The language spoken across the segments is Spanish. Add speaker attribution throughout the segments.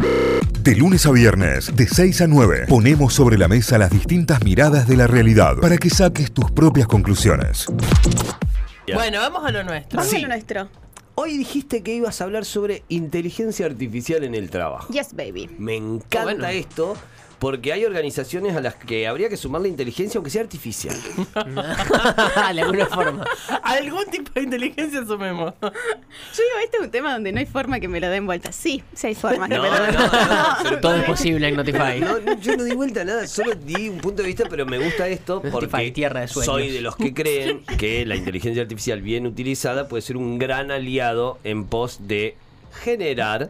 Speaker 1: De lunes a viernes, de 6 a 9, ponemos sobre la mesa las distintas miradas de la realidad para que saques tus propias conclusiones.
Speaker 2: Bueno, vamos a lo nuestro.
Speaker 3: Vamos a lo nuestro.
Speaker 4: Hoy dijiste que ibas a hablar sobre inteligencia artificial en el trabajo.
Speaker 3: Yes, baby.
Speaker 4: Me encanta
Speaker 2: bueno.
Speaker 4: esto porque hay organizaciones a las que habría que sumar la inteligencia aunque sea artificial.
Speaker 5: de alguna forma.
Speaker 2: Algún tipo de inteligencia sumemos.
Speaker 3: Yo digo, este es un tema donde no hay forma que me lo den vuelta. Sí, sí hay forma que
Speaker 4: No,
Speaker 3: me lo
Speaker 4: no,
Speaker 3: den
Speaker 4: no, pero
Speaker 5: Ah, Todo es posible en Notify.
Speaker 4: No, no, yo no di vuelta a nada, solo di un punto de vista, pero me gusta esto
Speaker 5: Notify,
Speaker 4: porque
Speaker 5: tierra de sueños.
Speaker 4: soy de los que creen que la inteligencia artificial bien utilizada puede ser un gran aliado en pos de generar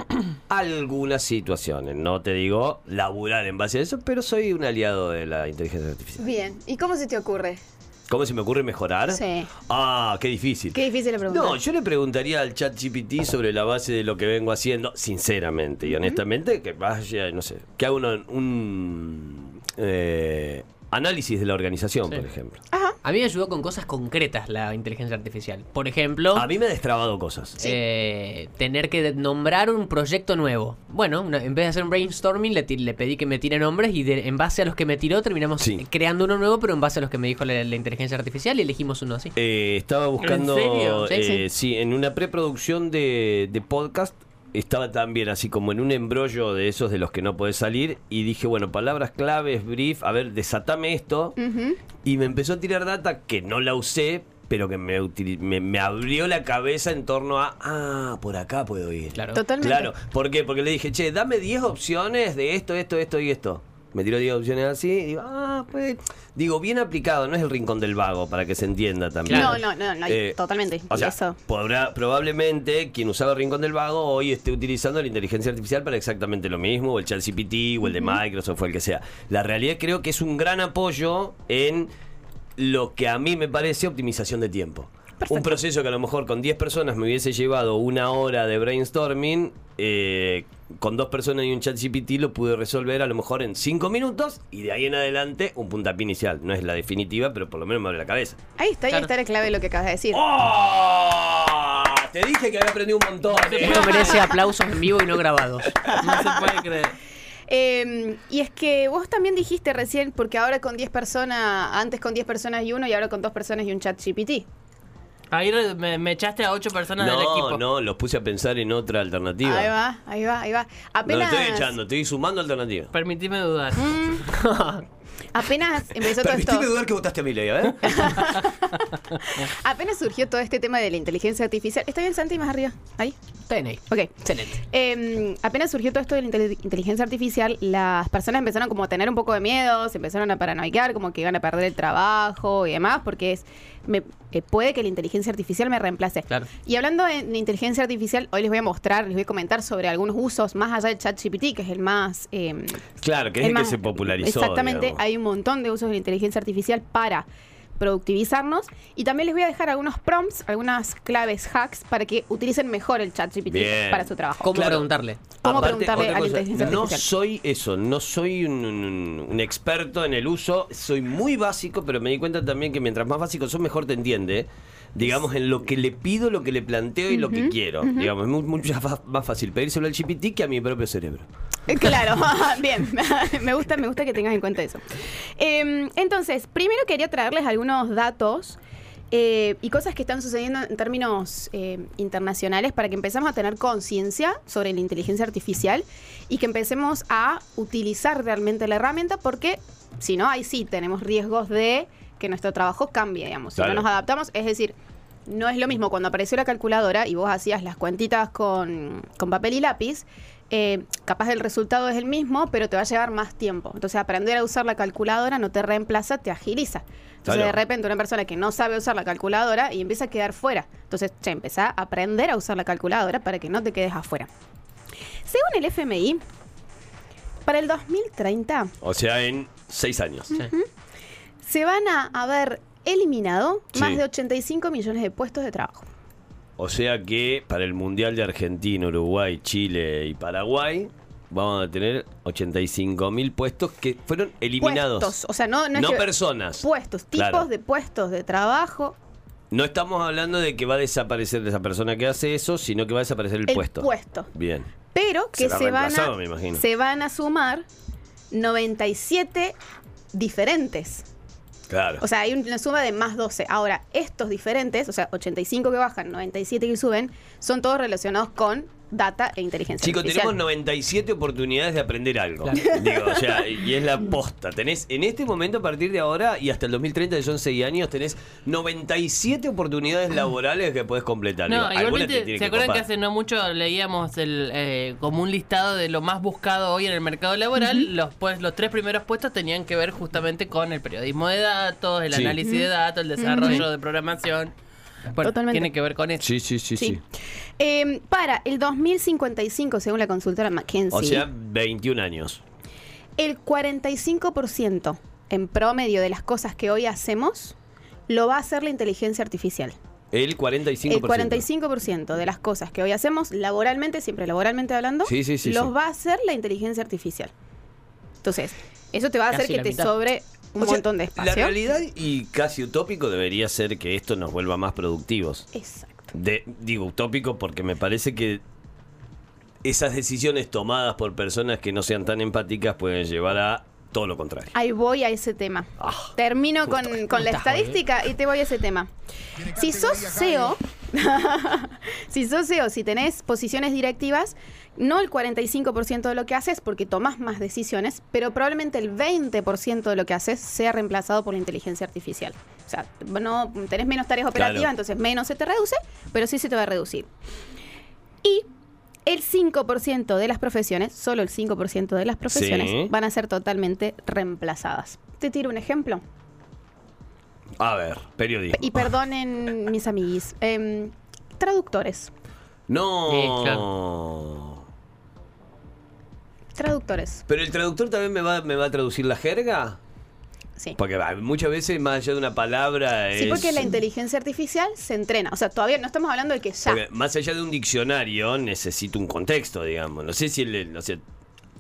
Speaker 4: algunas situaciones. No te digo laburar en base a eso, pero soy un aliado de la inteligencia artificial.
Speaker 3: Bien, ¿y cómo se te ocurre?
Speaker 4: ¿Cómo se me ocurre mejorar?
Speaker 3: Sí.
Speaker 4: Ah, qué difícil.
Speaker 3: Qué difícil la pregunta.
Speaker 4: No, yo le preguntaría al chat GPT sobre la base de lo que vengo haciendo, sinceramente y honestamente, que vaya, no sé, que haga uno- un eh, análisis de la organización, por ejemplo.
Speaker 5: A mí me ayudó con cosas concretas la inteligencia artificial. Por ejemplo,
Speaker 4: A mí me ha destrabado cosas.
Speaker 5: eh, tener que nombrar un proyecto nuevo. Bueno, una- en vez de hacer un brainstorming, le, ti- le pedí que me tire nombres y de- en base a los que me tiró terminamos
Speaker 4: Sí.
Speaker 5: creando uno nuevo, pero en base a los que me dijo la, la inteligencia artificial y elegimos uno así.
Speaker 4: Eh, estaba buscando.
Speaker 5: serio? Sí,
Speaker 4: eh, sí, en una preproducción de, de podcast estaba también así como en un embrollo de esos de los que no podés salir. Y dije, bueno, palabras claves, brief, a ver, desatame esto. Y me empezó a tirar data que no la usé, pero que me, utili- me, me abrió la cabeza en torno a. Ah, por acá puedo ir.
Speaker 5: Claro.
Speaker 3: Totalmente.
Speaker 4: Claro, ¿por qué? Porque le dije, che, dame 10 opciones de esto, esto, esto y esto. Me tiró 10 opciones así y digo, ah, pues. Digo, bien aplicado, no es el rincón del vago, para que se entienda también.
Speaker 5: Claro.
Speaker 3: No, no, no, no,
Speaker 4: Eh,
Speaker 3: totalmente.
Speaker 4: O sea,
Speaker 3: Eso.
Speaker 4: podrá- probablemente quien usaba el rincón del vago hoy esté utilizando la inteligencia artificial para exactamente lo mismo, o el ChatGPT, o el de Microsoft, o el que sea. La realidad creo que es un gran apoyo en lo que a mí me parece optimización de tiempo. Un proceso que a lo mejor con 10 personas me hubiese llevado una hora de brainstorming, eh, con dos personas y un chat GPT lo pude resolver a lo mejor en 5 minutos y de ahí en adelante un puntapié inicial. No es la definitiva, pero por lo menos me abre la cabeza.
Speaker 3: Ahí está, ahí
Speaker 5: Claro.
Speaker 3: está la clave de lo que acabas de decir.
Speaker 4: ¡Oh! Te dije que había aprendido un montón. ¿eh?
Speaker 5: Uno merece aplausos en vivo y no grabados.
Speaker 2: No se puede creer.
Speaker 3: Eh, y es que vos también dijiste recién, porque ahora con 10 personas, antes con 10 personas y uno, y ahora con dos personas y un chat GPT.
Speaker 2: Ahí re- me, me echaste a ocho personas del
Speaker 4: No,
Speaker 2: equipo.
Speaker 4: no, los puse a pensar en otra alternativa.
Speaker 3: Ahí va, ahí va, ahí va.
Speaker 4: No lo
Speaker 3: Apenas,
Speaker 4: estoy echando, estoy sumando alternativas.
Speaker 2: Permitime dudar.
Speaker 3: Mm, apenas empezó todo esto.
Speaker 4: Permitime dudar que votaste a mi ley, ¿eh?
Speaker 3: Apenas surgió todo este tema de la inteligencia artificial. ¿Está bien, Santi, más arriba? Ahí.
Speaker 5: Tenéis.
Speaker 3: Ok.
Speaker 5: Excelente.
Speaker 3: Eh, apenas surgió todo esto de la intel- inteligencia artificial, las personas empezaron como a tener un poco de miedo, se empezaron a paranoicar, como que iban a perder el trabajo y demás, porque es me, eh, puede que la inteligencia artificial me reemplace.
Speaker 5: Claro.
Speaker 3: Y hablando de, de inteligencia artificial, hoy les voy a mostrar, les voy a comentar sobre algunos usos más allá del ChatGPT, que es el más... eh,
Speaker 4: Claro, que
Speaker 3: el
Speaker 4: es el que
Speaker 3: más-
Speaker 4: se popularizó.
Speaker 3: Exactamente,
Speaker 4: digamos.
Speaker 3: hay un montón de usos de la inteligencia artificial para productivizarnos y también les voy a dejar algunos prompts, algunas claves hacks para que utilicen mejor el ChatGPT
Speaker 4: Bien.
Speaker 3: para su trabajo.
Speaker 5: ¿Cómo
Speaker 4: Claro.
Speaker 5: preguntarle?
Speaker 3: ¿Cómo
Speaker 4: Aparte,
Speaker 3: preguntarle
Speaker 4: otra
Speaker 3: a la
Speaker 4: cosa,
Speaker 3: inteligencia
Speaker 4: No
Speaker 3: artificial?
Speaker 4: soy eso, no soy un, un- un experto en el uso, soy muy básico, pero me di cuenta también que mientras más básico sos, mejor te entiende. ¿eh? Digamos, en lo que le pido, lo que le planteo y lo que quiero. Digamos, es mu- mucho más- más fácil pedírselo al GPT que a mi propio cerebro.
Speaker 3: Eh, Claro, bien. me gusta, me gusta que tengas en cuenta eso. Eh, entonces, primero quería traerles algunos datos eh, y cosas que están sucediendo en términos eh, internacionales para que empecemos a tener conciencia sobre la inteligencia artificial y que empecemos a utilizar realmente la herramienta porque si no, ahí sí tenemos riesgos de que nuestro trabajo cambie, digamos. Si
Speaker 4: Claro.
Speaker 3: no nos adaptamos, es decir, no es lo mismo cuando apareció la calculadora y vos hacías las cuentitas con, con papel y lápiz. eh, capaz el resultado es el mismo, pero te va a llevar más tiempo. Entonces, aprender a usar la calculadora no te reemplaza, te agiliza. Entonces,
Speaker 4: Claro.
Speaker 3: de repente, una persona que no sabe usar la calculadora y empieza a quedar fuera. Entonces, che, empezá a aprender a usar la calculadora para que no te quedes afuera. Según el FMI, para el 2030
Speaker 4: O sea, en seis años.
Speaker 3: se van a haber eliminado
Speaker 4: Sí.
Speaker 3: más de 85 millones de puestos de trabajo.
Speaker 4: O sea que para el Mundial de Argentina, Uruguay, Chile y Paraguay vamos a tener 85 mil puestos que fueron eliminados.
Speaker 3: Puestos, o sea, no, no es
Speaker 4: No
Speaker 3: que-
Speaker 4: personas.
Speaker 3: Puestos, tipos
Speaker 4: Claro.
Speaker 3: de puestos de trabajo.
Speaker 4: No estamos hablando de que va a desaparecer esa persona que hace eso, sino que va a desaparecer el,
Speaker 3: El
Speaker 4: puesto.
Speaker 3: puesto.
Speaker 4: Bien.
Speaker 3: pero que
Speaker 4: Se la
Speaker 3: se, van a,
Speaker 4: reemplazaba, me imagino.
Speaker 3: se van a sumar 97 diferentes.
Speaker 4: Claro.
Speaker 3: O sea, hay una suma de más 12. Ahora, estos diferentes, o sea, 85 que bajan, 97 que suben, son todos relacionados con data e inteligencia
Speaker 4: Chicos,
Speaker 3: artificial.
Speaker 4: tenemos 97 oportunidades de aprender algo. Digo, o sea, y es la posta. Tenés, en este momento, a partir de ahora y hasta el 2030, que son 6 años, tenés 97 oportunidades laborales que podés completar.
Speaker 2: No,
Speaker 4: Digo, algunas te
Speaker 2: igualmente,
Speaker 4: tienen
Speaker 2: ¿se acuerdan que
Speaker 4: copar.
Speaker 2: hace no mucho leíamos el, eh, como un listado de lo más buscado hoy en el mercado laboral? los, pues, los tres primeros puestos tenían que ver justamente con el periodismo de datos, el
Speaker 4: Sí.
Speaker 2: análisis de datos, el desarrollo de programación. Bueno,
Speaker 3: Totalmente.
Speaker 2: tiene que ver con eso.
Speaker 4: Sí, sí, sí, sí.
Speaker 3: Sí. Eh, para el 2055, según la consultora McKinsey,
Speaker 4: O sea, 21 años.
Speaker 3: el 45% en promedio de las cosas que hoy hacemos lo va a hacer la inteligencia artificial.
Speaker 4: El 45%.
Speaker 3: El 45% de las cosas que hoy hacemos laboralmente, siempre laboralmente hablando,
Speaker 4: Sí, sí, sí,
Speaker 3: los
Speaker 4: sí.
Speaker 3: va a hacer la inteligencia artificial. Entonces, eso te va a hacer
Speaker 5: Casi
Speaker 3: que
Speaker 5: la
Speaker 3: te
Speaker 5: mitad.
Speaker 3: sobre un
Speaker 4: O sea,
Speaker 3: montón de espacio.
Speaker 4: La realidad y casi utópico debería ser que esto nos vuelva más productivos.
Speaker 3: Exacto.
Speaker 4: De- digo utópico porque me parece que esas decisiones tomadas por personas que no sean tan empáticas pueden llevar a todo lo contrario.
Speaker 3: Ahí voy a ese tema.
Speaker 4: Ah,
Speaker 3: Termino con, con la estadística y te voy a ese tema. Si sos CEO, si sos CEO, si tenés posiciones directivas, no el 45% de lo que haces porque tomás más decisiones, pero probablemente el 20% de lo que haces sea reemplazado por la inteligencia artificial. O sea, no tenés menos tareas operativas,
Speaker 4: Claro.
Speaker 3: entonces menos se te reduce, pero sí se te va a reducir. Y el 5% de las profesiones, solo el 5% de las profesiones,
Speaker 4: Sí.
Speaker 3: van a ser totalmente reemplazadas. Te tiro un ejemplo.
Speaker 4: a ver, periodismo.
Speaker 3: Y perdonen mis amiguis. Em, traductores.
Speaker 4: No.
Speaker 2: Sí,
Speaker 3: Traductores.
Speaker 4: Pero el traductor también me va, me va a traducir la jerga.
Speaker 3: Sí.
Speaker 4: Porque va, muchas veces, más allá de una palabra.
Speaker 3: Sí,
Speaker 4: es-
Speaker 3: porque la inteligencia artificial se entrena. O sea, todavía no estamos hablando de que ya.
Speaker 4: porque más allá de un diccionario, necesito un contexto, digamos. No sé si el. No sé,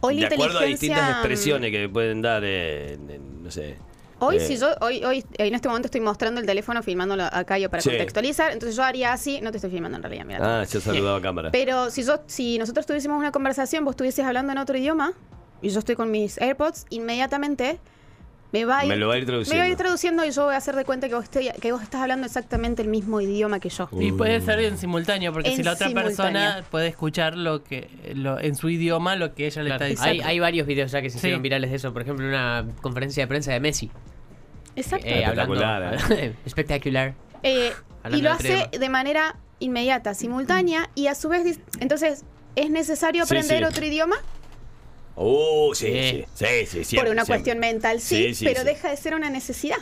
Speaker 3: Hoy la
Speaker 4: de acuerdo a
Speaker 3: inteligencia. mm. em,
Speaker 4: distintas expresiones que pueden dar, eh, en- en- no sé.
Speaker 3: Hoy,
Speaker 4: eh,
Speaker 3: si yo, hoy, hoy, en este momento estoy mostrando el teléfono, filmándolo acá yo para
Speaker 4: Sí.
Speaker 3: contextualizar, entonces yo haría así, no te estoy filmando en realidad, mira.
Speaker 4: Ah, yo saludaba a cámara.
Speaker 3: Pero si yo, si nosotros tuviésemos una conversación, vos estuvieses hablando en otro idioma y yo estoy con mis AirPods, inmediatamente me va a ir,
Speaker 4: Me lo va a ir traduciendo.
Speaker 3: me va a ir traduciendo y yo voy a hacer de cuenta que vos, estoy- que vos estás hablando exactamente el mismo idioma que yo.
Speaker 2: Y puede
Speaker 4: Uh.
Speaker 2: ser en simultáneo, porque
Speaker 3: En
Speaker 2: si la otra persona
Speaker 3: simultáneo.
Speaker 2: puede escuchar lo que lo, en su idioma lo que ella le
Speaker 5: Claro,
Speaker 2: está
Speaker 5: Hay,
Speaker 2: diciendo.
Speaker 5: hay varios videos ya que se
Speaker 2: Sí.
Speaker 5: hicieron virales de eso. Por ejemplo, una conferencia de prensa de Messi.
Speaker 3: Exacto.
Speaker 5: eh, hablando,
Speaker 4: Espectacular,
Speaker 5: espectacular.
Speaker 3: Eh,
Speaker 5: hablando
Speaker 3: y lo
Speaker 5: de
Speaker 3: hace
Speaker 5: crema.
Speaker 3: de manera inmediata, simultánea y a su vez, dis- entonces, ¿es necesario
Speaker 4: Sí,
Speaker 3: aprender
Speaker 4: sí.
Speaker 3: otro idioma?
Speaker 4: Oh, sí, sí,
Speaker 5: Sí.
Speaker 4: sí, sí, siempre,
Speaker 3: Por una
Speaker 4: siempre.
Speaker 3: cuestión mental, sí,
Speaker 4: Sí, sí,
Speaker 3: pero
Speaker 4: sí.
Speaker 3: deja de ser una necesidad.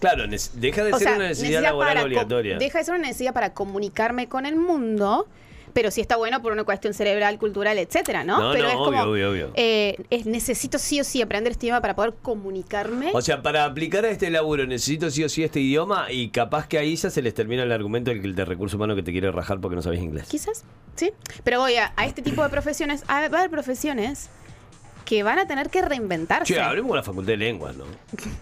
Speaker 4: Claro, nece- deja de
Speaker 3: O
Speaker 4: ser
Speaker 3: sea,
Speaker 4: una necesidad
Speaker 3: necesidad
Speaker 4: laboral
Speaker 3: para co-
Speaker 4: obligatoria.
Speaker 3: Deja de ser una necesidad para comunicarme con el mundo, pero sí está bueno por una cuestión cerebral, cultural, etcétera, ¿no?
Speaker 4: No,
Speaker 3: pero
Speaker 4: no, obvio, obvio, obvio.
Speaker 3: eh, es, necesito sí o sí aprender este idioma para poder comunicarme.
Speaker 4: O sea, para aplicar a este laburo necesito sí o sí este idioma y capaz que ahí ya se les termina el argumento del, del recurso humano que te quiere rajar porque no sabes inglés.
Speaker 3: Quizás, sí. Pero voy a, a este tipo de profesiones, a- va a haber profesiones que van a tener que reinventarse.
Speaker 4: Che, Eh. hablemos con la facultad de lenguas, ¿no?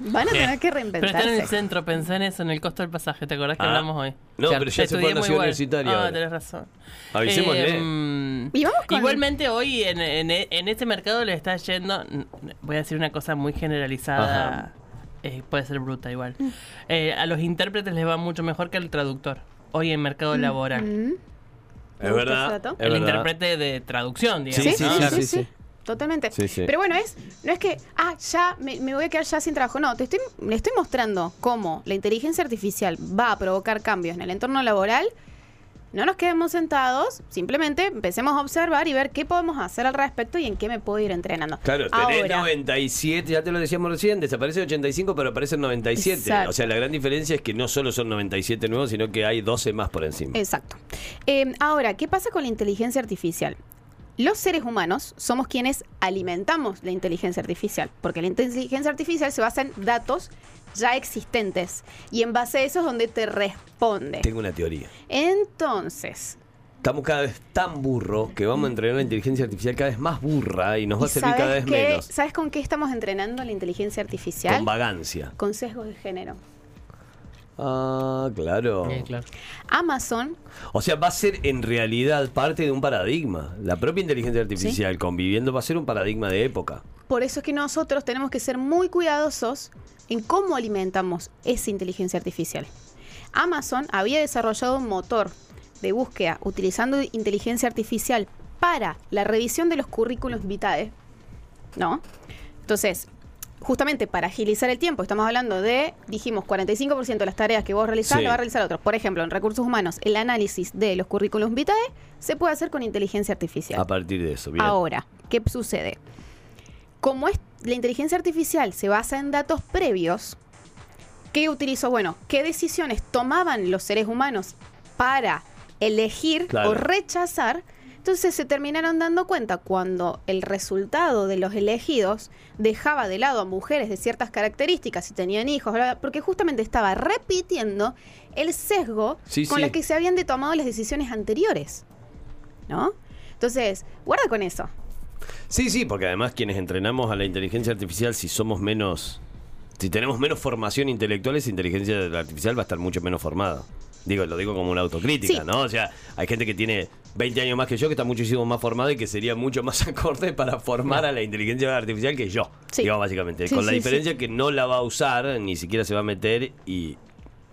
Speaker 3: Van a tener que
Speaker 2: Pero está en el
Speaker 3: reinventarse.
Speaker 2: centro, pensé en eso, en el costo del pasaje, ¿te acordás que
Speaker 4: Ah.
Speaker 2: hablamos hoy?
Speaker 4: No,
Speaker 5: O sea,
Speaker 4: pero ya se
Speaker 2: Estudié
Speaker 4: fue a
Speaker 2: muy
Speaker 4: Nación
Speaker 2: igual.
Speaker 4: Universitaria.
Speaker 2: Ah,
Speaker 4: ahora.
Speaker 2: tenés razón.
Speaker 4: Avisémosle.
Speaker 3: Em,
Speaker 2: Eh,
Speaker 3: Y vamos con-
Speaker 2: Igualmente hoy en, en, en este mercado le está yendo, n- n- voy a decir una cosa muy generalizada,
Speaker 4: Ajá.
Speaker 2: eh, puede ser bruta igual.
Speaker 5: Mm.
Speaker 2: Eh, a los intérpretes les va mucho mejor que al traductor hoy en mercado laboral.
Speaker 3: Mm, Me
Speaker 4: es
Speaker 3: gusta
Speaker 4: verdad.
Speaker 3: ese
Speaker 4: Es
Speaker 3: dato.
Speaker 2: el
Speaker 4: verdad.
Speaker 2: intérprete de traducción, digamos.
Speaker 3: Sí,
Speaker 4: Sí,
Speaker 3: sí,
Speaker 4: sí,
Speaker 3: sí,
Speaker 4: sí,
Speaker 3: sí,
Speaker 4: sí.
Speaker 3: Totalmente.
Speaker 4: Sí, sí.
Speaker 3: Pero bueno, es, no es que, ah, ya me, me voy a quedar ya sin trabajo. No, te estoy, le estoy mostrando cómo la inteligencia artificial va a provocar cambios en el entorno laboral. No nos quedemos sentados, simplemente empecemos a observar y ver qué podemos hacer al respecto y en qué me puedo ir entrenando.
Speaker 4: Claro, tenés
Speaker 3: Ahora,
Speaker 4: 97, ya te lo decíamos recién, desaparece 85, pero aparecen 97.
Speaker 3: Exacto.
Speaker 4: O sea, la gran diferencia es que no solo son 97 nuevos, sino que hay 12 más por encima.
Speaker 3: Exacto. Eh, ahora, ¿qué pasa con la inteligencia artificial? Los seres humanos somos quienes alimentamos la inteligencia artificial, porque la inteligencia artificial se basa en datos ya existentes y en base a eso es donde te responde.
Speaker 4: Tengo una teoría.
Speaker 3: Entonces,
Speaker 4: Estamos cada vez tan burros que vamos a entrenar la inteligencia artificial cada vez más burra y nos va a
Speaker 3: ¿y
Speaker 4: servir cada vez
Speaker 3: qué-
Speaker 4: menos.
Speaker 3: ¿sabes con qué estamos entrenando la inteligencia
Speaker 4: Con
Speaker 3: artificial?
Speaker 4: vagancia.
Speaker 3: Con sesgos de género.
Speaker 4: Ah, claro.
Speaker 5: Eh, claro.
Speaker 3: Amazon
Speaker 4: O sea, va a ser en realidad parte de un paradigma. La propia inteligencia artificial conviviendo va a ser un paradigma de época.
Speaker 3: Por eso es que nosotros tenemos que ser muy cuidadosos en cómo alimentamos esa inteligencia artificial. Amazon había desarrollado un motor de búsqueda utilizando inteligencia artificial para la revisión de los currículos vitae, ¿no? Entonces, justamente para agilizar el tiempo, estamos hablando de, dijimos, 45% de las tareas que vos realizás
Speaker 4: Sí.
Speaker 3: lo va a realizar otro. Por ejemplo, en recursos humanos, el análisis de los currículos vitae se puede hacer con inteligencia artificial.
Speaker 4: A partir de eso, bien.
Speaker 3: Ahora, ¿qué sucede? Como es, la inteligencia artificial se basa en datos previos, ¿qué utilizó? Bueno, ¿qué decisiones tomaban los seres humanos para elegir
Speaker 4: Claro.
Speaker 3: o rechazar? Entonces se terminaron dando cuenta cuando el resultado de los elegidos dejaba de lado a mujeres de ciertas características, si tenían hijos, bla, bla, porque justamente estaba repitiendo el sesgo
Speaker 4: Sí,
Speaker 3: con
Speaker 4: sí.
Speaker 3: la que se habían de tomado las decisiones anteriores. ¿no? Entonces, guarda con eso.
Speaker 4: Sí, sí, porque además quienes entrenamos a la inteligencia artificial, si somos menos. Si tenemos menos formación intelectual, esa inteligencia artificial va a estar mucho menos formada. Digo, lo digo como una autocrítica,
Speaker 3: Sí.
Speaker 4: ¿no? O sea, hay gente que tiene 20 años más que yo, que está muchísimo más formada y que sería mucho más acorde para formar a la inteligencia artificial que yo.
Speaker 3: Sí.
Speaker 4: Digamos, básicamente.
Speaker 3: Sí,
Speaker 4: Con la
Speaker 3: sí,
Speaker 4: diferencia que no la va a usar, ni siquiera se va a meter y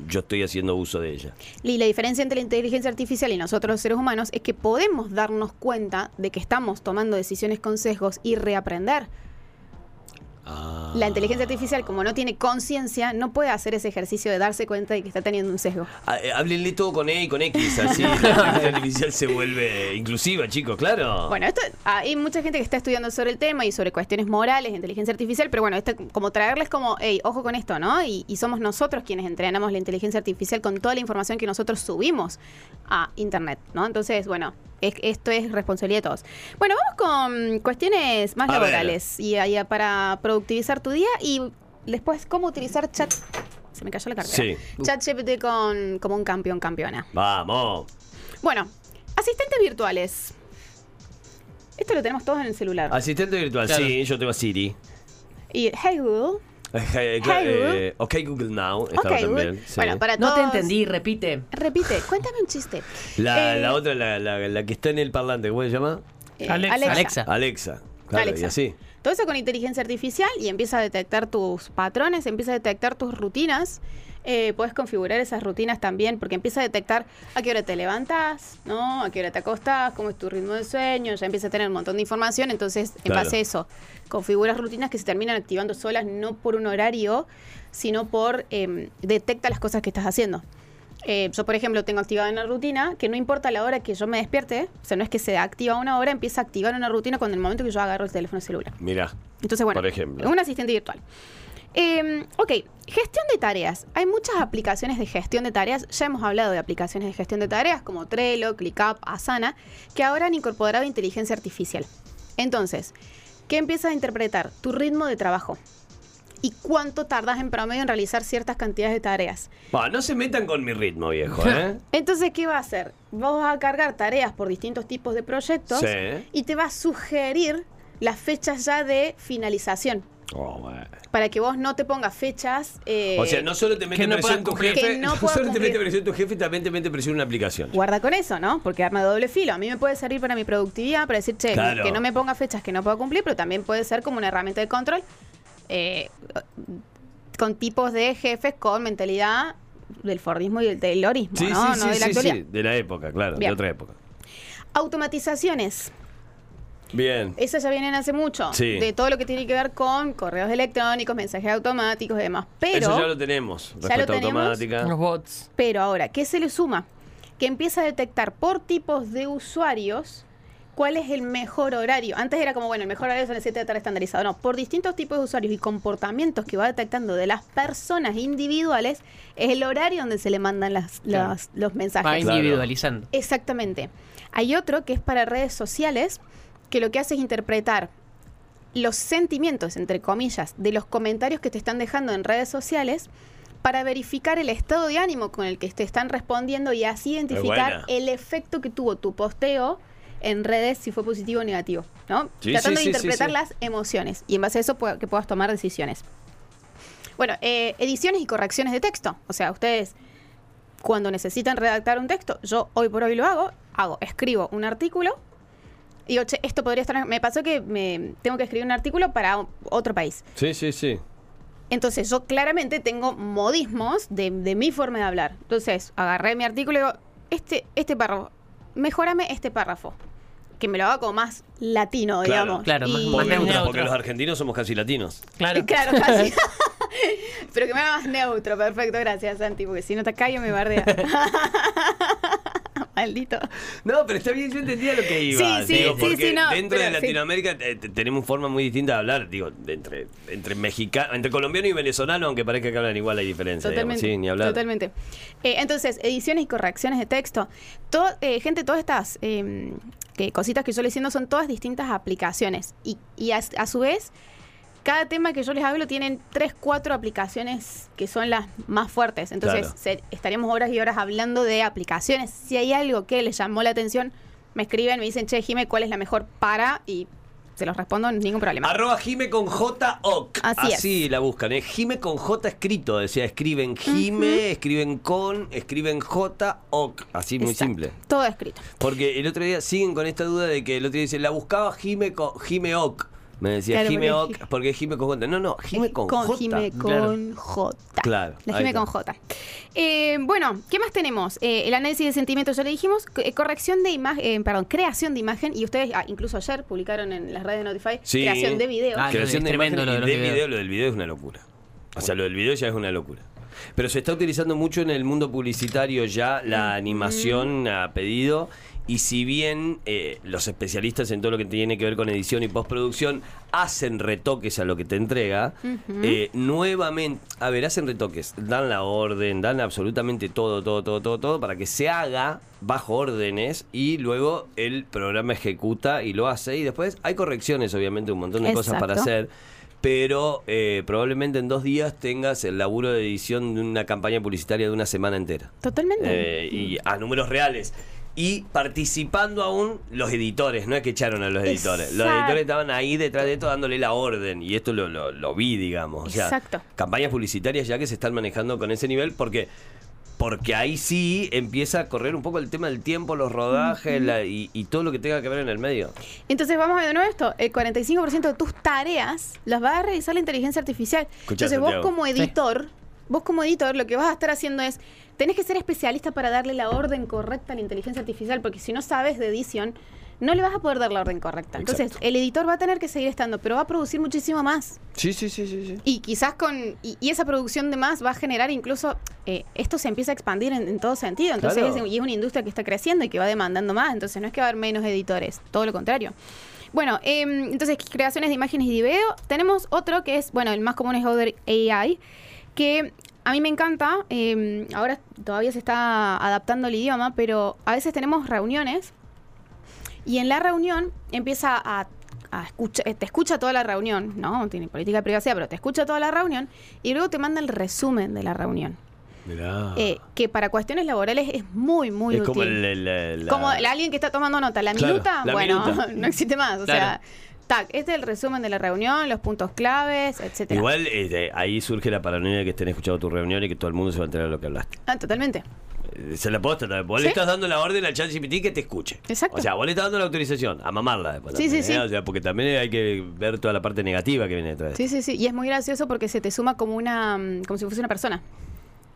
Speaker 4: yo estoy haciendo uso de ella.
Speaker 3: Y la diferencia entre la inteligencia artificial y nosotros los seres humanos es que podemos darnos cuenta de que estamos tomando decisiones con sesgos y reaprender.
Speaker 4: Ah.
Speaker 3: La inteligencia artificial, como no tiene conciencia, no puede hacer ese ejercicio de darse cuenta de que está teniendo un sesgo.
Speaker 4: Ah, eh, Háblenle todo con E y con X, así la inteligencia artificial se vuelve inclusiva, chicos, claro.
Speaker 3: Bueno, esto, hay mucha gente que está estudiando sobre el tema y sobre cuestiones morales, inteligencia artificial, pero bueno, esto como traerles como, hey, ojo con esto, ¿no? Y, y somos nosotros quienes entrenamos la inteligencia artificial con toda la información que nosotros subimos a Internet, ¿no? Entonces, bueno, es- esto es responsabilidad de todos. Bueno, vamos con cuestiones más
Speaker 4: A ver.
Speaker 3: laborales y, ahí ah, para productivizar tu día y después cómo utilizar chat. Se me cayó la cartera.
Speaker 4: Sí.
Speaker 3: Chat GPT con, como un campeón, campeona.
Speaker 4: Vamos.
Speaker 3: Bueno, asistentes virtuales. Esto lo tenemos todos en el celular.
Speaker 4: Asistente virtual,
Speaker 2: Claro.
Speaker 4: sí, yo tengo a Siri.
Speaker 3: Y Hey Google.
Speaker 4: Eh,
Speaker 3: Google.
Speaker 4: ok, Google Now.
Speaker 3: Ok,
Speaker 4: estaba también,
Speaker 3: Google.
Speaker 4: sí.
Speaker 3: Bueno, para
Speaker 5: No te
Speaker 3: todos-
Speaker 5: entendí, repite.
Speaker 3: Repite, cuéntame un chiste.
Speaker 4: la,
Speaker 3: Eh,
Speaker 4: la otra, la, la- la que está en el parlante, ¿cómo se llama?
Speaker 3: eh,
Speaker 2: Alexa.
Speaker 5: Alexa.
Speaker 4: Alexa. Claro, y
Speaker 3: Alexa.
Speaker 4: así.
Speaker 3: Todo eso con inteligencia artificial y empieza a detectar tus patrones, empieza a detectar tus rutinas. Eh, puedes configurar esas rutinas también porque empieza a detectar a qué hora te levantas, ¿no? A qué hora te acostás, cómo es tu ritmo de sueño, ya empieza a tener un montón de información, entonces en
Speaker 4: Claro.
Speaker 3: base a eso, configuras rutinas que se terminan activando solas no por un horario, sino por em, detecta las cosas que estás haciendo. Eh, yo, por ejemplo, tengo activada una rutina que no importa la hora que yo me despierte, o sea, no es que se activa una hora, empieza a activar una rutina cuando el momento que yo agarro el teléfono celular.
Speaker 4: Mirá.
Speaker 3: Entonces, bueno,
Speaker 4: Por ejemplo.
Speaker 3: un asistente virtual. Eh, ok, gestión de tareas. Hay muchas aplicaciones de gestión de tareas. Ya hemos hablado de aplicaciones de gestión de tareas como Trello, ClickUp, Asana, que ahora han incorporado inteligencia artificial. Entonces, ¿qué empieza a interpretar? Tu ritmo de trabajo. ¿Y cuánto tardas en promedio en realizar ciertas cantidades de tareas?
Speaker 4: Bah, no se metan con mi ritmo, viejo, ¿eh?
Speaker 3: Entonces, ¿qué va a hacer? Vos vas a cargar tareas por distintos tipos de proyectos
Speaker 4: Sí.
Speaker 3: y te va a sugerir las fechas ya de finalización
Speaker 4: Oh, bueno.
Speaker 3: para que vos no te pongas fechas. eh,
Speaker 4: o sea, no solo te mete
Speaker 2: no
Speaker 4: presión
Speaker 2: puedas
Speaker 4: tu
Speaker 2: cumplir.
Speaker 4: jefe,
Speaker 3: Que no
Speaker 4: no,
Speaker 3: puedas
Speaker 4: solo te mete
Speaker 3: cumplir.
Speaker 4: presión tu jefe, también te mete presión una aplicación.
Speaker 3: Guarda con eso, ¿no? Porque arma de doble filo. A mí me puede servir para mi productividad, para decir, che,
Speaker 4: Claro.
Speaker 3: que no me ponga fechas que no puedo cumplir, pero también puede ser como una herramienta de control eh, con tipos de jefes con mentalidad del Fordismo y del Taylorismo,
Speaker 4: Sí,
Speaker 3: ¿no?
Speaker 4: sí,
Speaker 3: no
Speaker 4: sí,
Speaker 3: de la
Speaker 4: sí, sí,
Speaker 3: actualidad.
Speaker 4: de la época, claro,
Speaker 3: Bien.
Speaker 4: de otra época.
Speaker 3: Automatizaciones.
Speaker 4: Bien.
Speaker 3: Esas ya vienen hace mucho.
Speaker 4: Sí.
Speaker 3: De todo lo que tiene que ver con correos electrónicos, mensajes automáticos y demás. Pero.
Speaker 4: Eso ya lo tenemos.
Speaker 3: lo
Speaker 4: Respuesta
Speaker 3: tenemos.
Speaker 4: automática.
Speaker 2: Los bots.
Speaker 3: Pero ahora, ¿qué se le suma? Que empieza a detectar por tipos de usuarios cuál es el mejor horario. Antes era como, bueno, el mejor horario son las 7 de la tarde estandarizado. No, por distintos tipos de usuarios y comportamientos que va detectando de las personas individuales, es el horario donde se le mandan las,
Speaker 5: Claro.
Speaker 3: las- los
Speaker 5: Va
Speaker 3: mensajes.
Speaker 4: Claro.
Speaker 5: individualizando.
Speaker 3: Exactamente. Hay otro que es para redes sociales, que lo que hace es interpretar los sentimientos, entre comillas, de los comentarios que te están dejando en redes sociales para verificar el estado de ánimo con el que te están respondiendo y así identificar
Speaker 4: buena.
Speaker 3: el efecto que tuvo tu posteo en redes, si fue positivo o negativo, ¿no?
Speaker 4: Sí,
Speaker 3: Tratando
Speaker 4: sí,
Speaker 3: de
Speaker 4: sí, sí,
Speaker 3: interpretar
Speaker 4: sí.
Speaker 3: las emociones y en base a eso pue- que puedas tomar decisiones. Bueno, eh, ediciones y correcciones de texto. O sea, ustedes cuando necesitan redactar un texto, yo hoy por hoy lo hago, hago, escribo un artículo. y Digo, che, esto podría estar... Me pasó que me tengo que escribir un artículo para o- otro país.
Speaker 4: Sí, sí, sí.
Speaker 3: Entonces yo claramente tengo modismos de, de mi forma de hablar. Entonces agarré mi artículo y digo, este, este párrafo, mejorame este párrafo. Que me lo haga como más latino,
Speaker 4: Claro,
Speaker 3: digamos.
Speaker 5: claro, más-
Speaker 3: Y-
Speaker 5: más
Speaker 4: Porque,
Speaker 5: neutro.
Speaker 4: porque los argentinos somos casi latinos.
Speaker 2: Claro.
Speaker 3: Claro, casi. Pero que me haga más neutro, perfecto, gracias Santi, porque si no te callo me bardea. Maldito.
Speaker 4: No, pero está bien, yo entendía lo que iba.
Speaker 3: Sí, sí,
Speaker 4: digo,
Speaker 3: sí,
Speaker 4: porque
Speaker 3: sí, no,
Speaker 4: Dentro de
Speaker 3: pero sí.
Speaker 4: Latinoamérica eh, te- tenemos forma muy distinta de hablar, digo, de entre, entre mexicano, entre colombiano y venezolano, aunque parezca que hablan igual, hay diferencia. digamos,
Speaker 3: Totalmente.
Speaker 4: sí, ni hablar.
Speaker 3: Totalmente. Eh, entonces, ediciones y correcciones de texto. Todo, eh, gente, todas estas eh, que- cositas que yo les diciendo son todas distintas aplicaciones. Y, y a, a su vez, cada tema que yo les hablo tienen tres, cuatro aplicaciones que son las más fuertes. Entonces,
Speaker 4: Claro.
Speaker 3: se- estaremos horas y horas hablando de aplicaciones. Si hay algo que les llamó la atención, me escriben, me dicen, che, Jime, ¿cuál es la mejor para? Y se los respondo, ningún problema.
Speaker 4: Arroba Jime con J OC.
Speaker 3: Así es.
Speaker 4: la buscan, ¿eh? Jime con J escrito. Decía, escriben Jime, escriben con, escriben J OC. Así, muy
Speaker 3: Exacto.
Speaker 4: simple.
Speaker 3: Todo escrito.
Speaker 4: Porque el otro día siguen con esta duda de que el otro día dice, la buscaba Jime, con, Jime Oc. Me decía
Speaker 3: Claro,
Speaker 4: Jime
Speaker 3: porque-
Speaker 4: Oc, porque es Jime con J. No, no, Jime con, J.
Speaker 3: Eh, Jime
Speaker 2: claro.
Speaker 3: con J.
Speaker 4: Claro,
Speaker 3: La
Speaker 4: ahí
Speaker 3: Jime
Speaker 4: está.
Speaker 3: con J. Eh, bueno, ¿qué más tenemos? Eh, el análisis de sentimientos, ya le dijimos. co- eh, Corrección de imagen, perdón, creación de imagen. Y ustedes, ah, incluso ayer, publicaron en las redes de Notify
Speaker 4: Sí.
Speaker 3: creación de video.
Speaker 5: Ah,
Speaker 4: Creación
Speaker 5: no,
Speaker 4: de
Speaker 5: es tremendo
Speaker 4: imagen
Speaker 5: lo
Speaker 4: y
Speaker 5: de los
Speaker 4: de
Speaker 5: videos.
Speaker 4: video, lo del video es una locura. O sea, lo del video ya es una locura. Pero se está utilizando mucho en el mundo publicitario ya la animación a pedido. Y si bien eh, los especialistas en todo lo que tiene que ver con edición y postproducción hacen retoques a lo que te entrega, eh, nuevamente, a ver, hacen retoques, dan la orden, dan absolutamente todo, todo, todo, todo, todo, para que se haga bajo órdenes y luego el programa ejecuta y lo hace. Y después hay correcciones, obviamente, un montón de cosas para
Speaker 3: Exacto.
Speaker 4: hacer hacer, pero eh, probablemente en dos días tengas el laburo de edición de una campaña publicitaria de una semana entera.
Speaker 3: Totalmente.
Speaker 4: Eh, y a números reales. Y participando aún los editores, no es que echaron a los editores. Los
Speaker 3: Exacto.
Speaker 4: editores estaban ahí detrás de esto dándole la orden. Y esto lo, lo- lo vi, digamos. O sea,
Speaker 3: Exacto.
Speaker 4: campañas publicitarias ya que se están manejando con ese nivel porque. Porque ahí sí empieza a correr un poco el tema del tiempo, los rodajes la- y, y todo lo que tenga que ver en el medio.
Speaker 3: Entonces, vamos a ver de nuevo esto. El 45% de tus tareas las va a realizar la inteligencia artificial.
Speaker 4: Escuchá,
Speaker 3: Entonces, vos
Speaker 4: Santiago.
Speaker 3: como editor, vos como editor, lo que vas a estar haciendo es, tenés que ser especialista para darle la orden correcta a la inteligencia artificial, porque si no sabes de edición, no le vas a poder dar la orden correcta. Entonces,
Speaker 4: Exacto.
Speaker 3: el editor va a tener que seguir estando, pero va a producir muchísimo más.
Speaker 4: Sí, sí, sí, sí. sí.
Speaker 3: Y quizás con. Y, y esa producción de más va a generar incluso. eh, esto se empieza a expandir en, en todo sentido. Entonces,
Speaker 4: Claro.
Speaker 3: es- y es una industria que está creciendo y que va demandando más. Entonces, no es que va a haber menos editores. Todo lo contrario. Bueno, em, entonces, creaciones de imágenes y de video. Tenemos otro que es. Bueno, el más común es Other AI. Que a mí me encanta. em, ahora todavía se está adaptando el idioma. Pero a veces tenemos reuniones y en la reunión empieza a, a escucha- eh, te escucha toda la reunión, ¿no? Tiene política de privacidad, pero te escucha toda la reunión y luego te manda el resumen de la reunión. Eh, que para cuestiones laborales es muy, muy
Speaker 4: Ah. es
Speaker 3: útil.
Speaker 4: como el, el- el- la-
Speaker 3: Como el- alguien que está tomando nota, la
Speaker 4: Claro,
Speaker 3: minuta,
Speaker 4: la
Speaker 3: bueno,
Speaker 4: minuta.
Speaker 3: no existe más. O
Speaker 5: Claro.
Speaker 3: sea, tac, este es el resumen de la reunión, los puntos claves, etcétera.
Speaker 4: Igual eh, de- ahí surge la paranoia de que estén escuchando tu reunión y que todo el mundo se va a enterar de lo que hablaste.
Speaker 3: Ah, totalmente.
Speaker 4: Eh, Se la posta también. Vos le
Speaker 3: Sí.
Speaker 4: estás dando la orden al ChatGPT que te escuche.
Speaker 3: Exacto.
Speaker 4: O sea, vos le estás dando la autorización a mamarla después.
Speaker 3: Sí,
Speaker 4: también,
Speaker 3: sí,
Speaker 4: ¿eh?
Speaker 3: sí.
Speaker 4: O sea, porque también hay que ver toda la parte negativa que viene detrás.
Speaker 3: Sí, sí, sí. Y es muy gracioso porque se te suma como una. mm, como si fuese una persona.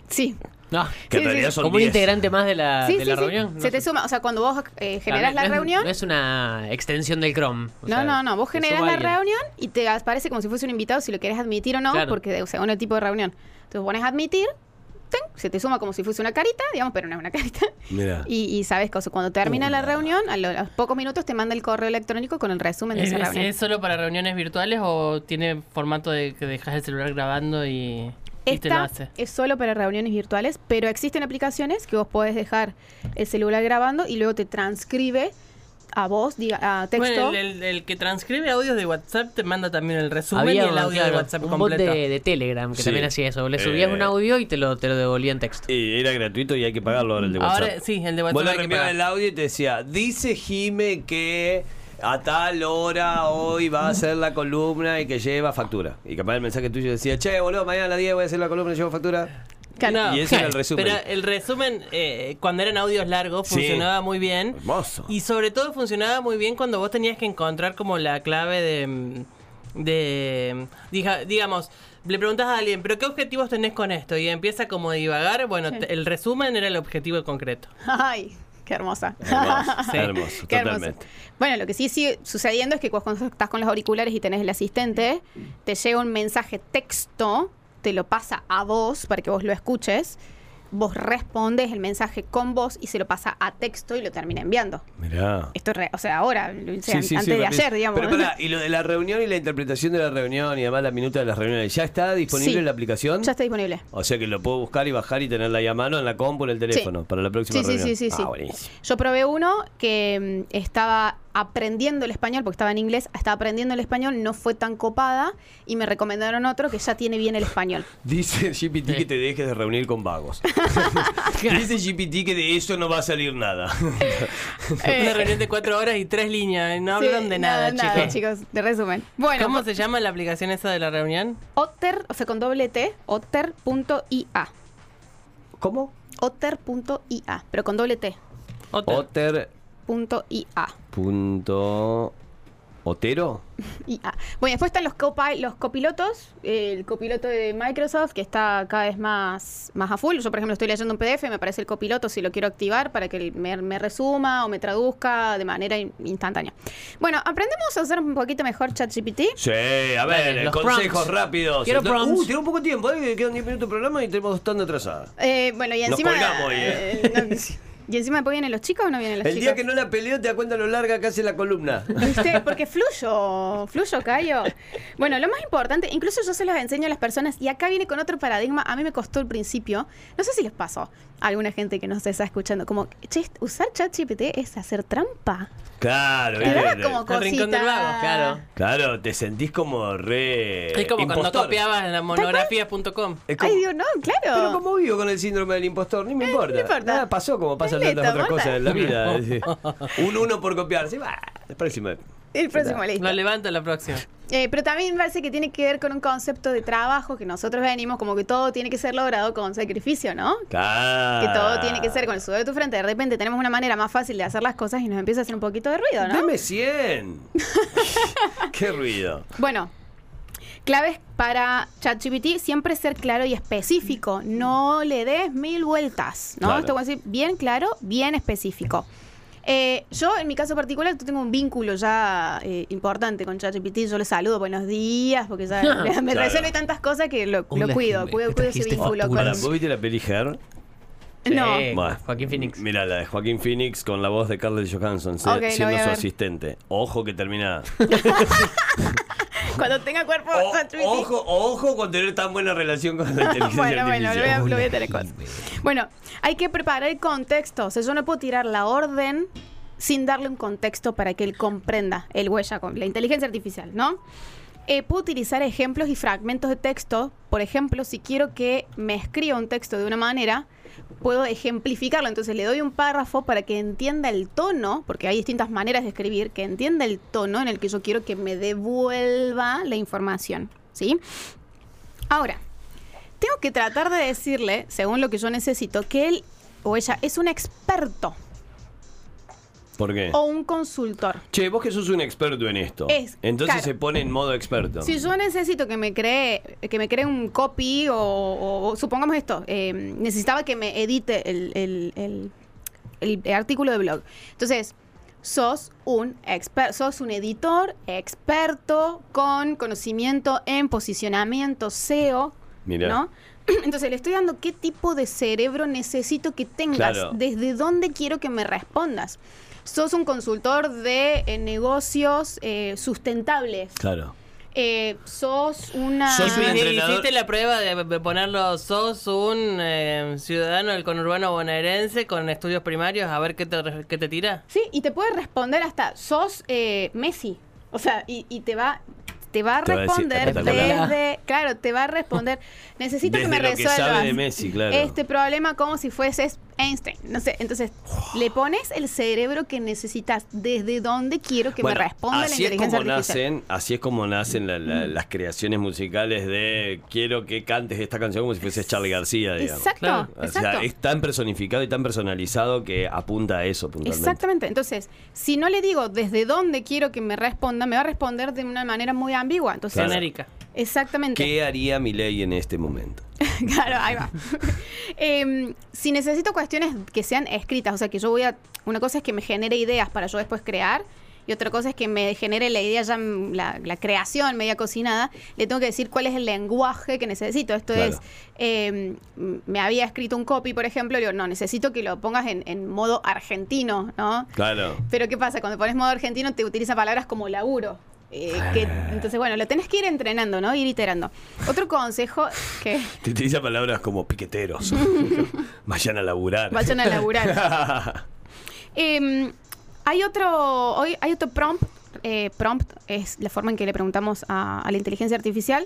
Speaker 3: Sí.
Speaker 5: No,
Speaker 4: Que en
Speaker 3: Sí, sí,
Speaker 4: realidad
Speaker 3: sí.
Speaker 4: son
Speaker 5: como un
Speaker 4: 10.
Speaker 5: integrante más de
Speaker 4: Ah,
Speaker 5: la,
Speaker 3: sí,
Speaker 5: de
Speaker 3: sí,
Speaker 5: la
Speaker 3: sí.
Speaker 5: reunión.
Speaker 3: Se te
Speaker 5: no sé.
Speaker 3: suma, o sea, cuando vos eh, generás
Speaker 5: Claro,
Speaker 3: la
Speaker 5: no es-
Speaker 3: reunión.
Speaker 5: No es una extensión del Chrome. o
Speaker 3: No,
Speaker 5: sea,
Speaker 3: no, no. Vos
Speaker 5: te
Speaker 3: generás
Speaker 5: suma
Speaker 3: la
Speaker 5: alguien.
Speaker 3: reunión y te aparece como si fuese un invitado, si lo querés admitir o no,
Speaker 5: Claro.
Speaker 3: porque o sea, el tipo de reunión. Entonces pones admitir, ¡ting! se te suma como si fuese una carita, digamos, pero no es una carita.
Speaker 4: Mirá.
Speaker 3: Y, y sabes cosa, cuando
Speaker 2: Uh,
Speaker 3: termina la
Speaker 4: Una.
Speaker 3: reunión, a, lo- a los pocos minutos te manda el correo electrónico con el resumen de
Speaker 2: ¿Es,
Speaker 3: esa
Speaker 2: es-
Speaker 3: reunión.
Speaker 2: es solo para reuniones virtuales o tiene formato de que dejas el celular grabando y, y te lo
Speaker 3: Esta
Speaker 2: hace?
Speaker 3: es solo para reuniones virtuales, pero existen aplicaciones que vos podés dejar el celular grabando y luego te transcribe a voz, diga, a texto.
Speaker 2: Bueno, el, el- el que transcribe audios de WhatsApp te manda también el resumen
Speaker 5: Había
Speaker 2: y el audio
Speaker 5: claro,
Speaker 2: de WhatsApp
Speaker 5: un
Speaker 2: completo.
Speaker 5: bot de, de Telegram que
Speaker 4: Sí.
Speaker 5: también hacía eso. Le subías
Speaker 4: Eh.
Speaker 5: un audio y te lo, te lo devolvía en texto.
Speaker 4: Y era gratuito y hay que pagarlo ahora el de WhatsApp.
Speaker 2: Ahora sí, el de
Speaker 4: Vos
Speaker 2: WhatsApp.
Speaker 4: le
Speaker 2: hay que
Speaker 4: reenviabas
Speaker 2: pagar.
Speaker 4: el audio y te decía, dice Jime que a tal hora hoy va a ser la columna y que lleva factura. Y capaz el mensaje tuyo decía, che, boludo, mañana a las 10 voy a hacer la columna y llevo factura.
Speaker 2: No,
Speaker 4: Y ese era el resumen.
Speaker 2: Pero el resumen, eh, cuando eran audios largos,
Speaker 4: Sí.
Speaker 2: funcionaba muy bien.
Speaker 4: Hermoso.
Speaker 2: Y sobre todo funcionaba muy bien cuando vos tenías que encontrar como la clave de... mm, de diga- digamos, le preguntas a alguien, pero ¿qué objetivos tenés con esto? Y empieza como a divagar. Bueno,
Speaker 3: Sí.
Speaker 2: te- el resumen era el objetivo concreto.
Speaker 3: Ay, qué hermosa.
Speaker 4: Hermoso,
Speaker 2: Sí.
Speaker 4: hermoso,
Speaker 3: Qué hermoso.
Speaker 4: totalmente.
Speaker 3: Bueno, lo que sí sigue sucediendo es que cuando estás con los auriculares y tenés el asistente, te llega un mensaje texto, te lo pasa a vos para que vos lo escuches, vos respondes el mensaje con vos y se lo pasa a texto y lo termina enviando.
Speaker 4: Mirá.
Speaker 3: Esto es, re- o sea, ahora, o sea,
Speaker 4: Sí, sí,
Speaker 3: antes
Speaker 4: sí,
Speaker 3: de
Speaker 4: rápido.
Speaker 3: ayer, digamos.
Speaker 4: Pero pará, y lo de la reunión y la interpretación de la reunión y además la minuta de las reuniones, ¿ya está disponible
Speaker 3: Sí.
Speaker 4: la aplicación?
Speaker 3: ya está disponible.
Speaker 4: O sea que lo puedo buscar y bajar y tenerla ahí a mano en la compu, en el teléfono, para la próxima
Speaker 3: Sí, sí,
Speaker 4: reunión.
Speaker 3: sí, sí,
Speaker 4: Ah,
Speaker 3: sí.
Speaker 4: buenísimo.
Speaker 3: Yo probé uno que mm, estaba aprendiendo el español, porque estaba en inglés, estaba aprendiendo el español, no fue tan copada, y me recomendaron otro que ya tiene bien el español.
Speaker 4: Dice GPT que te dejes de reunir con vagos. Dice GPT que de eso no va a salir nada.
Speaker 2: Una reunión de cuatro horas y tres líneas. eh, No
Speaker 3: Eh, Sí,
Speaker 2: hablan de nada, chicos.
Speaker 3: de resumen. Bueno, pues
Speaker 2: ¿Cómo se llama la aplicación esa de la reunión?
Speaker 3: Otter, o sea, con doble T, otter.ia.
Speaker 4: ¿Cómo?
Speaker 3: Otter.ia, pero con doble T,
Speaker 2: Otra.
Speaker 4: Otter.
Speaker 3: punto .ia.
Speaker 4: Punto... ¿Otero?
Speaker 3: IA. Bueno, después están los, copi- los copilotos, eh, el copiloto de Microsoft que está cada vez más, más a full. Yo, por ejemplo, estoy leyendo un PDF, me aparece el copiloto si lo quiero activar para que me, me resuma o me traduzca de manera in- instantánea. Bueno, aprendemos a usar un poquito mejor ChatGPT.
Speaker 4: Sí, a ver,
Speaker 5: Dale, los
Speaker 4: consejos
Speaker 5: prompts.
Speaker 4: rápidos.
Speaker 5: Quiero
Speaker 4: Entonces-
Speaker 5: prompts.
Speaker 4: Uh, tenemos poco tiempo, eh, quedan 10 minutos de programa y tenemos dos tan atrasadas.
Speaker 3: Eh, bueno, y
Speaker 4: Nos
Speaker 3: encima.
Speaker 4: colgamos hoy, eh.
Speaker 3: eh, no- y encima después vienen los chicos o no vienen los
Speaker 4: El
Speaker 3: chicos.
Speaker 4: día que no la peleo te das cuenta lo larga que hace la columna.
Speaker 3: ¿Viste? Porque fluyo, fluyo, callo. Bueno, lo más importante, incluso yo se los enseño a las personas, y acá viene con otro paradigma, a mí me costó al principio, no sé si les pasó a alguna gente que nos está escuchando, como, che, usar ChatGPT es hacer trampa.
Speaker 4: Claro,
Speaker 3: Te da
Speaker 4: ¿viste?
Speaker 3: como
Speaker 2: El rincón
Speaker 3: cosita.
Speaker 2: del vago, claro.
Speaker 4: Claro, te sentís como re.
Speaker 2: Es como cuando
Speaker 4: impostor.
Speaker 2: copiabas en la monografía.com.
Speaker 4: Es como-
Speaker 3: Ay, Dios, no, claro.
Speaker 4: Pero como vivo con el síndrome del impostor, ni me importa.
Speaker 3: no importa.
Speaker 4: Nada pasó como pasan
Speaker 3: Listo,
Speaker 4: tantas otras
Speaker 3: basta.
Speaker 4: cosas en la vida. es decir, Un uno por copiarse. Bah, la próxima.
Speaker 3: El próximo listo.
Speaker 2: Lo levanto la próxima.
Speaker 3: Eh, pero también me parece que tiene que ver con un concepto de trabajo que nosotros venimos, como que todo tiene que ser logrado con sacrificio, ¿no?
Speaker 4: Claro.
Speaker 3: Que todo
Speaker 4: Ah.
Speaker 3: tiene que ser con el sudor de tu frente. De repente tenemos una manera más fácil de hacer las cosas y nos empieza a hacer un poquito de ruido, ¿no?
Speaker 4: Dame 100. Qué ruido.
Speaker 3: Bueno, claves para ChatGPT, siempre ser claro y específico. No le des mil vueltas, ¿no?
Speaker 4: Claro.
Speaker 3: Esto voy a decir bien claro, bien específico. Eh, yo, en mi caso particular, tengo un vínculo ya eh, importante con ChatGPT. Yo le saludo buenos días, porque ya me
Speaker 4: Claro.
Speaker 3: resuelve tantas cosas que lo, lo cuido,
Speaker 5: Hola, Jimé,
Speaker 3: cuido,
Speaker 5: me
Speaker 3: cuido ese
Speaker 5: trajiste
Speaker 3: vínculo con...
Speaker 5: facturas.
Speaker 4: Ahora, ¿vos viste la peli Her?
Speaker 3: No.
Speaker 5: Sí,
Speaker 4: Bueno.
Speaker 5: Joaquín Phoenix.
Speaker 4: Mira, la de Joaquín Phoenix con la voz de Carlos Johansson se-
Speaker 3: Ok, la
Speaker 4: siendo
Speaker 3: voy a
Speaker 4: su
Speaker 3: ver.
Speaker 4: asistente. Ojo que termina.
Speaker 3: Cuando tenga cuerpo
Speaker 5: Oh,
Speaker 4: O-
Speaker 3: ChatGPT.
Speaker 4: ojo, ojo con tener tan buena relación con la inteligencia
Speaker 3: bueno, bueno,
Speaker 4: artificial.
Speaker 3: lo voy a, lo voy a tener en cuenta. Bueno, hay que preparar el contexto. O sea, yo no puedo tirar la orden sin darle un contexto para que él comprenda el huella con la inteligencia artificial, ¿no? Eh, puedo utilizar ejemplos y fragmentos de texto. Por ejemplo, si quiero que me escriba un texto de una manera, puedo ejemplificarlo. Entonces le doy un párrafo para que entienda el tono, porque hay distintas maneras de escribir, que entienda el tono en el que yo quiero que me devuelva la información, ¿sí? Ahora, tengo que tratar de decirle, según lo que yo necesito, que él o ella es un experto
Speaker 4: ¿Por qué?
Speaker 3: o un consultor.
Speaker 4: Che, vos que sos un experto en esto.
Speaker 3: Es,
Speaker 4: Entonces
Speaker 3: claro.
Speaker 4: se pone en modo experto.
Speaker 3: Si yo necesito que me cree, que me cree un copy o, o- o supongamos esto, eh, necesitaba que me edite el, el- el- el artículo de blog. Entonces, sos un experto, sos un editor experto con conocimiento en posicionamiento SEO,
Speaker 4: Mirá.
Speaker 3: ¿no? Entonces le estoy dando qué tipo de cerebro necesito que tengas,
Speaker 4: Claro.
Speaker 3: desde dónde quiero que me respondas. Sos un consultor de eh, negocios eh, sustentables.
Speaker 4: Claro.
Speaker 3: Eh, sos una.
Speaker 4: Sos un
Speaker 2: Y- Ah, y-
Speaker 4: entrenador.
Speaker 2: Hiciste la prueba de de ponerlo, sos un eh, ciudadano del conurbano bonaerense con estudios primarios, a ver qué te, re- qué te tira.
Speaker 3: Sí, y te puede responder hasta. Sos eh, Messi. O sea, y, y te va. Te va a
Speaker 4: Te va a decir,
Speaker 3: responder
Speaker 4: espectacular.
Speaker 3: desde. Claro, te va a responder. Necesito
Speaker 4: Desde
Speaker 3: que me
Speaker 4: lo que
Speaker 3: resuelvas
Speaker 4: sabe de Messi, claro.
Speaker 3: este problema como si fueses Einstein. No sé, entonces le pones el cerebro que necesitas, desde dónde quiero que me responda la
Speaker 4: así es
Speaker 3: inteligencia
Speaker 4: como
Speaker 3: artificial. Mm.
Speaker 4: nacen, así es como nacen la- la- las creaciones musicales de quiero que cantes esta canción como si fuese Charlie García, digamos.
Speaker 3: Exacto,
Speaker 5: Claro.
Speaker 4: O
Speaker 3: exacto.
Speaker 4: sea, es tan personificado y tan personalizado que apunta a eso puntualmente.
Speaker 3: Exactamente. Entonces, si no le digo desde dónde quiero que me responda, me va a responder de una manera muy ambigua. Entonces,
Speaker 4: Claro.
Speaker 2: Genérica.
Speaker 3: exactamente.
Speaker 4: ¿Qué haría Milei en este momento?
Speaker 3: Claro, ahí va. Em, si necesito cuestiones que sean escritas, o sea, que yo voy a. Una cosa es que me genere ideas para yo después crear, y otra cosa es que me genere la idea ya, mm, la, la creación media cocinada, le tengo que decir cuál es el lenguaje que necesito. Esto
Speaker 4: Claro.
Speaker 3: es. em, mm, me había escrito un copy, por ejemplo, y digo, no, necesito que lo pongas en, en modo argentino, ¿no?
Speaker 4: Claro.
Speaker 3: Pero ¿qué pasa? Cuando pones modo argentino te utiliza palabras como laburo. eh, que, entonces, bueno, lo tenés que ir entrenando, ¿no? Ir iterando. Otro consejo que
Speaker 4: Te utiliza palabras como piqueteros. Vayan a laburar.
Speaker 3: vayan a laburar. Eh, hay otro, hoy hay otro prompt. eh, prompt es la forma en que le preguntamos a, a la inteligencia artificial.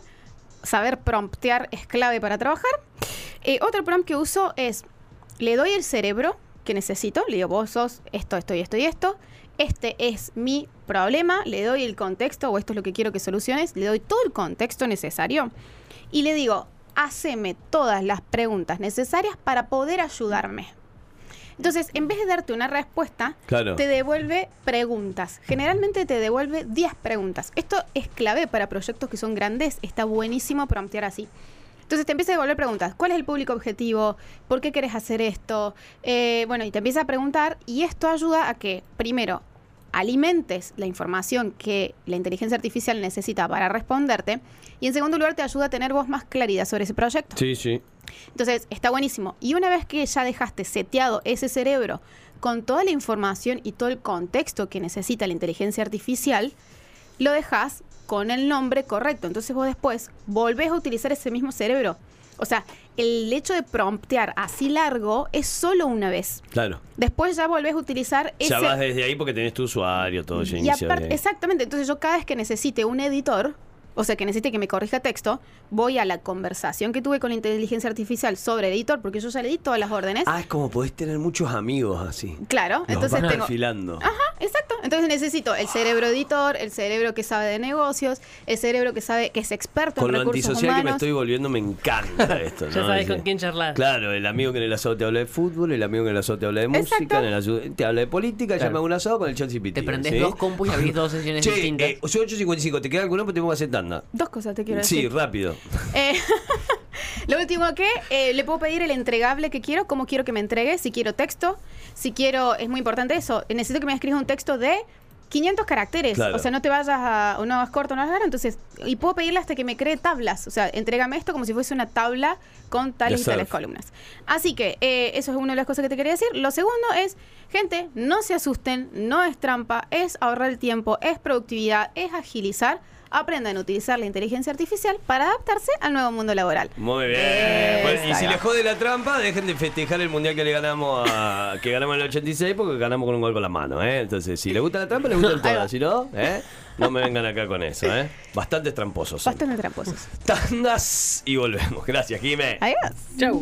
Speaker 3: Saber promptear es clave para trabajar. Eh, otro prompt que uso es, le doy el cerebro que necesito, le digo, vos sos esto, esto y esto y esto. Este es mi problema, le doy el contexto o esto es lo que quiero que soluciones, le doy todo el contexto necesario y le digo, haceme todas las preguntas necesarias para poder ayudarme. Entonces, en vez de darte una respuesta,
Speaker 4: Claro.
Speaker 3: te devuelve preguntas. Generalmente te devuelve 10 preguntas. Esto es clave para proyectos que son grandes. Está buenísimo promptear así. Entonces te empieza a devolver preguntas. ¿Cuál es el público objetivo? ¿Por qué querés hacer esto? Eh, bueno, y te empieza a preguntar. Y esto ayuda a que, primero, alimentes la información que la inteligencia artificial necesita para responderte. Y en segundo lugar, te ayuda a tener vos más claridad sobre ese proyecto.
Speaker 4: Sí, sí.
Speaker 3: Entonces, está buenísimo. Y una vez que ya dejaste seteado ese cerebro con toda la información y todo el contexto que necesita la inteligencia artificial, lo dejas con el nombre correcto. Entonces vos después volvés a utilizar ese mismo cerebro. O sea, el hecho de promptear así largo es solo una vez.
Speaker 4: Claro.
Speaker 3: Después ya volvés a utilizar ese...
Speaker 4: Ya vas desde ahí porque tenés tu usuario, todo ya
Speaker 3: Y
Speaker 4: inicia
Speaker 3: aparte,
Speaker 4: bien.
Speaker 3: exactamente, entonces yo cada vez que necesite un editor, o sea, que necesite que me corrija texto, voy a la conversación que tuve con la inteligencia artificial sobre el editor, porque yo ya le di todas las órdenes.
Speaker 4: Ah, es como podés tener muchos amigos así.
Speaker 3: claro,
Speaker 4: Los
Speaker 3: entonces
Speaker 4: vas
Speaker 3: tengo...
Speaker 4: perfilando.
Speaker 3: Ajá, exacto. Entonces necesito el cerebro editor, el cerebro que sabe de negocios, el cerebro que sabe que es experto
Speaker 4: Con lo
Speaker 3: en recursos
Speaker 4: antisocial
Speaker 3: humanos.
Speaker 4: que me estoy volviendo, me encanta esto. ¿no?
Speaker 2: Ya sabes con
Speaker 4: Sí.
Speaker 2: quién charlar.
Speaker 4: Claro, el amigo que en el asado te habla de fútbol, el amigo que en el asado te habla de música,
Speaker 3: Exacto.
Speaker 4: en el asu- te habla de política, ya
Speaker 5: Claro.
Speaker 4: me hago un asado con el ChatGPT.
Speaker 5: Te prendés
Speaker 4: ¿sí?
Speaker 5: dos compus y abrís dos sesiones
Speaker 4: Che,
Speaker 5: distintas.
Speaker 4: eh, 8.55, ¿te queda alguna? Pues te pongo a hacer tanda.
Speaker 3: Dos cosas te quiero
Speaker 4: Sí,
Speaker 3: decir.
Speaker 4: rápido.
Speaker 3: Eh, lo último que eh, le puedo pedir el entregable que quiero, cómo quiero que me entregue, si quiero texto, si quiero, es muy importante eso, eh, necesito que me escribas un texto de 500 caracteres,
Speaker 4: Claro.
Speaker 3: o sea, no te vayas a uno más corto, no más largo, entonces, y puedo pedirle hasta que me cree tablas, o sea, entrégame esto como si fuese una tabla con tales
Speaker 4: De
Speaker 3: y tales
Speaker 4: surf.
Speaker 3: columnas. Así que eh, eso es una de las cosas que te quería decir. Lo segundo es, gente, no se asusten, no es trampa, es ahorrar el tiempo, es productividad, es agilizar. Aprendan a utilizar la inteligencia artificial para adaptarse al nuevo mundo laboral.
Speaker 4: Muy bien.
Speaker 3: Eh,
Speaker 4: Bueno, y
Speaker 3: ahí
Speaker 4: si
Speaker 3: va.
Speaker 4: les jode la trampa, dejen de festejar el mundial que le ganamos a, que ganamos en el 86 porque ganamos con un gol con la mano, ¿eh? Entonces, si les gusta la trampa, les gustan todas, si no, ¿eh? No me vengan acá con eso, ¿eh? Bastantes tramposos. son.
Speaker 3: Bastante tramposos.
Speaker 4: Tandas y volvemos. Gracias, Jimé.
Speaker 3: Adiós.
Speaker 2: Chau.